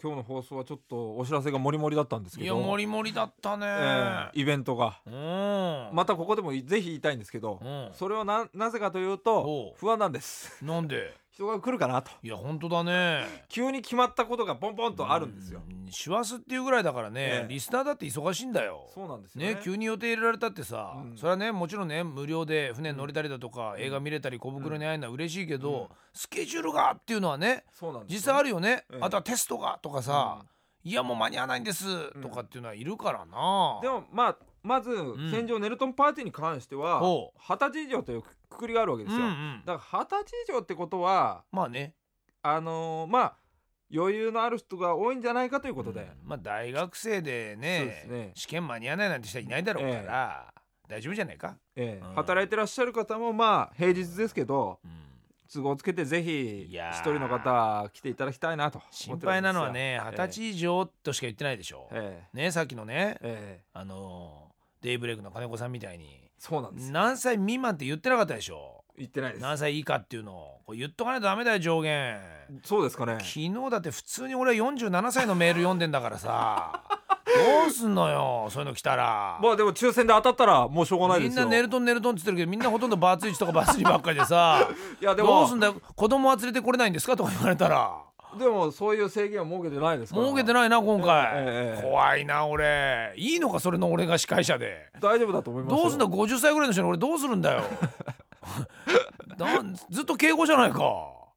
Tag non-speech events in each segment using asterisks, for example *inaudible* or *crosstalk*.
今日の放送はちょっとお知らせがもりもりだったんですけいやどもりもりだったね、えーイベントがうんまたここでもぜひ言いたいんですけどうんそれはななぜかというおとう不安なんですなんで人が来るかなといや本当だね急に決まったことがポンポンとあるんですよう師走っていうぐらいだからね、ええリスナーだって忙しいんだよそうなんですよねね、急に予定入れられたってさ、うんそれはねもちろんね無料で船に乗れたりだとか、映画見れたり小袋に会えるのは嬉しいけど、うんスケジュールがっていうのはねそうなんですよね実際あるよね、ええあとはテストがとかさ、いやもう間に合わないんですんとかっていうのはいるからな、でもまあまずん戦場ネルトンパーティーに関してはほ二十歳以上というくくりがあるわけですようんうだかんら二十歳以上ってことはまあねあのーまあ余裕のある人が多いんじゃないかということでまあ大学生でそうでねすね試験間に合わないなんて人はいないだろうから、大丈夫じゃないか、ええうん働いてらっしゃる方もまあ平日ですけど都合つけてぜひいやー一人の方来ていただきたいなと思心ってるんですよ配なのはねええ二十歳以上としか言ってないでしょ、ええねさっきのねええあのーデイブレイクの金子さんみたいにそうなんですよ何歳未満って言ってなかったでしょ言ってないです何歳以下っていうのをこれ言っとかないとダメだよ上限そうですかね昨日だって普通に俺は47歳のメール読んでんだか *laughs* らさどうすんのよそういうの来たらまあでも抽選で当たったらもうしょうがないみでんすよな寝るとん寝るとんって言ってるけどみんなほとんどバツイチとかバツ2ばっかりでさいやでどもうすんだよ子供は連れてこれないんですかとか言われた *laughs* らでもそういう制限を設けてないですから儲けてないな今回、ええええ怖いな俺いいのかそれの俺が司会者で大丈夫だと思いますよどうすんだ50歳ぐらいの人に俺どうするんだよ *laughs* なんずっと敬語じゃないか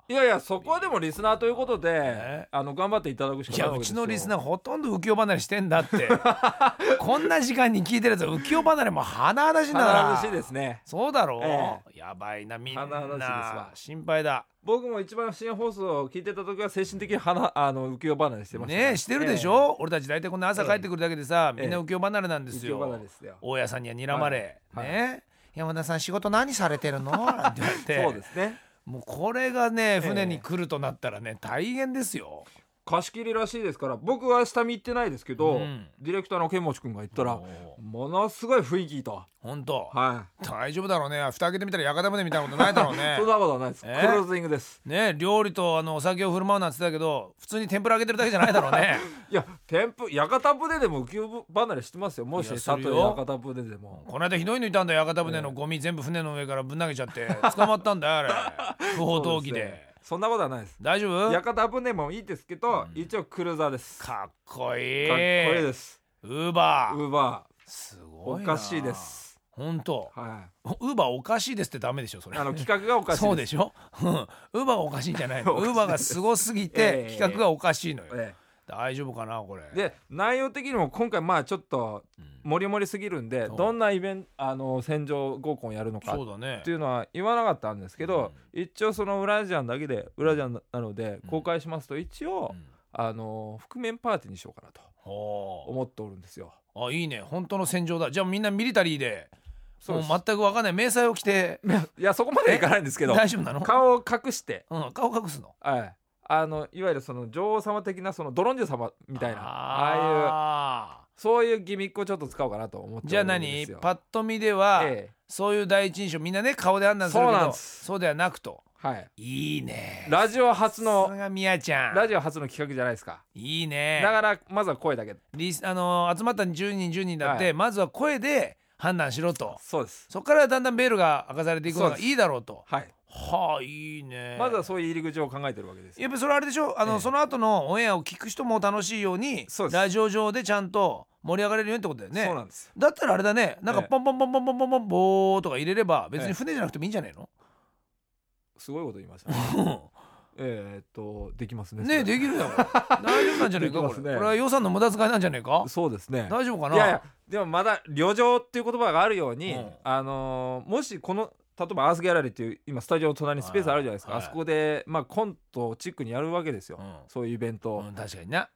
いやいやそこはでもリスナーということで、えあの頑張っていただくしかいないわやけうですちよのリスナーほとんど浮世離れしてんだって *laughs* こんな時間に聞いてるやつは浮世離れも甚だしいんだからしいですねそうだろう、えやばいなみん甚だしいですなわ心配だ僕も一番深夜放送を聞いてた時は精神的にはなあの浮世離れしてましたねえしてるでし、ょ、俺たち大体こんな朝帰ってくるだけでさ、ええみんな浮世離れなんでえすえよ浮世離れですよ大家さんには睨まれ、はいね山田さん仕事何され *laughs* てるの?」なんて言われてそうですねもうこれがねえ船に来るとなったらね大変ですよ。貸し切りらしいですから僕は下見行ってないですけど、うんディレクターの剣持君が言ったらおーものすごい雰囲気いいと本当、は大丈夫だろうね蓋開けてみたら館までみたいなことないだろうい、ね *laughs* そんなことはないです、ええクローズイングですね料理とあのお酒を振る舞うなんて言ってたけど普通に天ぷら揚げてるだけじゃないだろう *laughs* ねいや天ぷ屋形船でも浮世離れしてますよもいやしする里よ屋形船でもこの間ひどいのいたんだよ屋形船のゴミ全部船の上からぶん投げちゃって捕まったんだ *laughs* よあれ不法投棄でそうすねそんなことはないです大丈夫屋形船もいいですけど、一応クルーザーですかっかっこいいこいいです、ウーバウーーバすーごおいなかしいです本当はウーバーおかしいですってダメでしょそいれあの企画がおかしいそうででしょうんウーバーおかしいんじゃないの *laughs* おウかしいーバーがすごすぎてええ企画がおかしいのよ、す、え大丈夫かなこれえで内容的にも今回まあちょっと盛り盛りすぎるんで、うんどんなイベントあの戦場合コンやるのかそうだねっていうのは言わなかったんですけど、一応そのウラジアンだけでウラジアンなので公開しますと一応、うんあの覆面パーティーにしようかなとほ思っておるんですよ。うあいいね本当の戦場だじゃあみんなミリタリーでそうもでうす全く分かんない迷彩を着ていやそこまではいかないんですけど大丈夫なの顔を隠してうん、顔隠すのはい、あのいわゆるその女王様的なそのドロンジュ様みたいなああいうああそういうギミックをちょっと使おうかなと思っていうじゃあおるんで何すよパッと見では、ええそういう第一印象みんなね顔で判断するけどそうなんですそうではなくとはいいいねラジオ初さすのがみやちゃんラジオ初の企画じゃないですかいいねだからまずは声だけリスあのー集まった10人10人だって、はまずは声で判断しろとそうですそこからだんだんベールが明かされていくのそがうですいいだろうとはいはあいいねまずはそういう入り口を考えてるわけですよやっぱりそれあれでしょあえの、えその後のオンエアを聞く人も楽しいようにそうですラジオ上でちゃんと盛り上がれるようにってことだよねそうなんですだったらあれだねなんかええポンポンポンポンポンポンポンボーとか入れれば別えにえ船じゃなくてもいいんじゃないの、すごいこと言いましたねえーっとできますねねそれできるだろ大丈夫なんじゃなでいかきこまれ,、すねこれは予算の無駄遣いなんじゃないかそうですね大丈夫かないやいやでもまだ旅情っていう言葉があるように、うんあのーもしこの例えばアースギャラリーっていう今スタジオの隣にスペースあるじゃないですか、はいあそこで、まあ、コントをチックにやるわけですよ、うそういうイベントん、う、ん、確かにな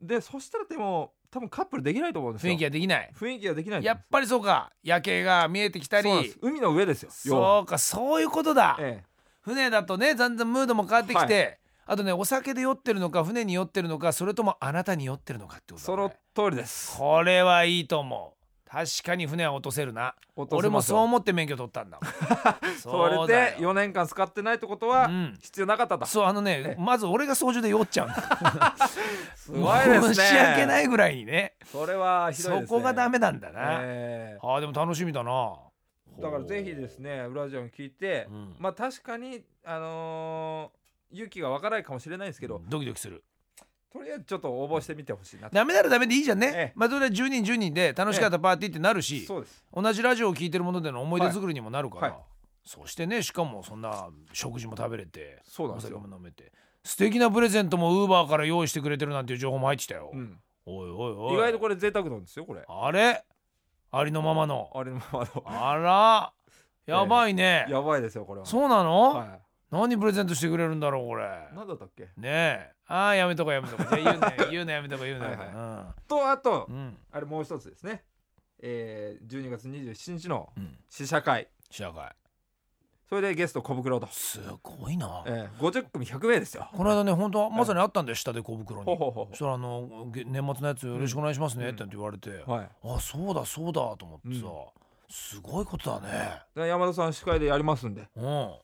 でそしたらでも多分カップルできないと思うんです雰よ囲気ができない雰囲気がで *laughs* きないとや思っぱりそうか夜景が見えてきたうんですそうなんでりす海の上ですよ要はそうかそういうことだ、え船だとねだんだんムードも変わってきて、あとねお酒で酔ってるのか船に酔ってるのかそれともあなたに酔ってるのかっえ、てことそだ、のね、通りですこれはいいと思う確かに船は落とせるな落とせ俺もますそうよ思って免許取ったんだも *laughs* んそれだでよ4年間使ってないってことはうん必要なかったと、そうあのねまず俺が操縦で酔っちゃうんだすごいですね申し訳ないぐらいにねそれはひどいですそねこがダメなんだな、えあーでも楽しみだなえだからぜひですねウラジオン聞いて、うんまあ確かにあのー勇気がわからないかもしれないですけど、ドキドキするとりあえずちょっと応募してみてほしいなとダメならダメでいいじゃんね、ええまあそれは10人10人で楽しかったパーティーってなるし、そうです同じラジオを聴いてるものでの思い出作りにもなるから、はいはいそしてねしかもそんな食事も食べれてそうなんおです酒よも、飲めて素敵なプレゼントもウーバーから用意してくれてるなんていう情報も入ってきたよ、うん、おいおいおい意外とこれ贅沢なんですよこれあれありのままのあれのままのあらやばいね、やばいですよこれはそうなの、は何プレゼントしてくれるんだろうこれい、何だったっけねえあーやめとこやめとこじゃあ言うね言うのやめとこ言うのやめとことあと、うん、うんあれもう一つですね、えー、12月27日のうん、試写会試写会それでゲスト小袋と、すごいな、えー、50組100名ですよこの間ね本当まさにあったんで下で小袋にほうほうほうほそしたらあのげ年末のやつよろしくお願いしますねうっんて言われて、うはいだかあそうだそうだと思ってさ、うすごいことだねら山田さん司会でやりますんでうも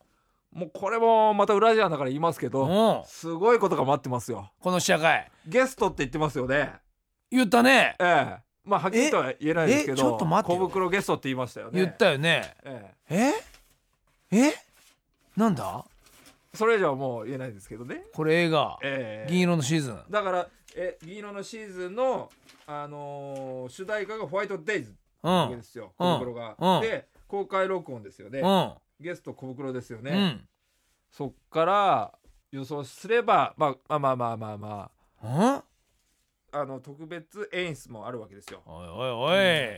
うこれもまた裏ジアだから言いますけどん、うん、すごいことが待ってますよこの試写会ゲストって言ってますよね言ったねええまあはっきりとは言えないですけどえちょっと待ってよ小袋ゲストって言いましたよね言ったよねええええなんだそれ以上はもう言えないですけどねこれ映画ええ銀色のシーズンだからえ銀色のシーズンの、あのー主題歌が「ホワイトデイズ」うわけんですよ、うん小袋が。うんで公開録音ですよね、うんゲスト小袋ですよね、うんそっから予想すれば、まあ、まあまあまあまあまうんああの特別演出もあるわけですよおいおいおい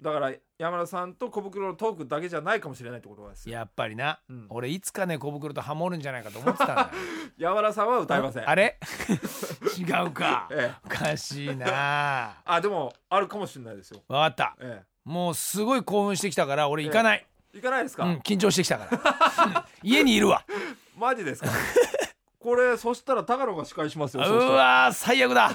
だから山田さんと小袋のトークだけじゃないかもしれないってことですよ、やっぱりなうん俺いつかね小袋とハモるんじゃないかと思ってたんだよ山田さんは歌いませんあれ *laughs* 違うかええ、おかしいなあでもあるかもしれないですよ分かったえもうすごい興奮してきたから俺行かない、え行かないですか、うん、緊張してきたから *laughs* 家にいるわマジ *laughs* ですかこれそしたら高野が司会しますうよそしたらわー最 *laughs* 悪だあ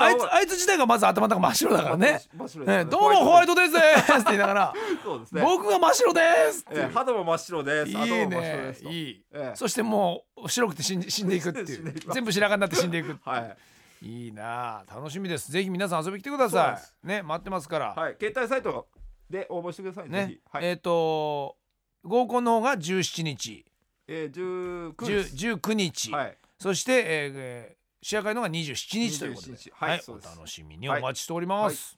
あい行った方つがあいつ自体がまず頭の中真っ白だからね真っ白ですねねどうもホワイトトですって言いながら、そうですね僕が真っ白ですっていええう肌も真っ白ですいい頭も真っ白でねすといいええそしてもう白くて死ん死んでいくってい *laughs* 死んでういきます全部白髪になって死んでいくってはいいいなあ楽しみですぜひ皆さん遊びに来てくださそうですいね待ってますから、はい、携帯サイトで応募してくださいね。ぜねひ、はい、えっ、と合コンの方が17日えー、19日10 19日、はい、そして、えーえー試合会のが27日ということで27日はいはいそおうです楽しみにお待ちしております。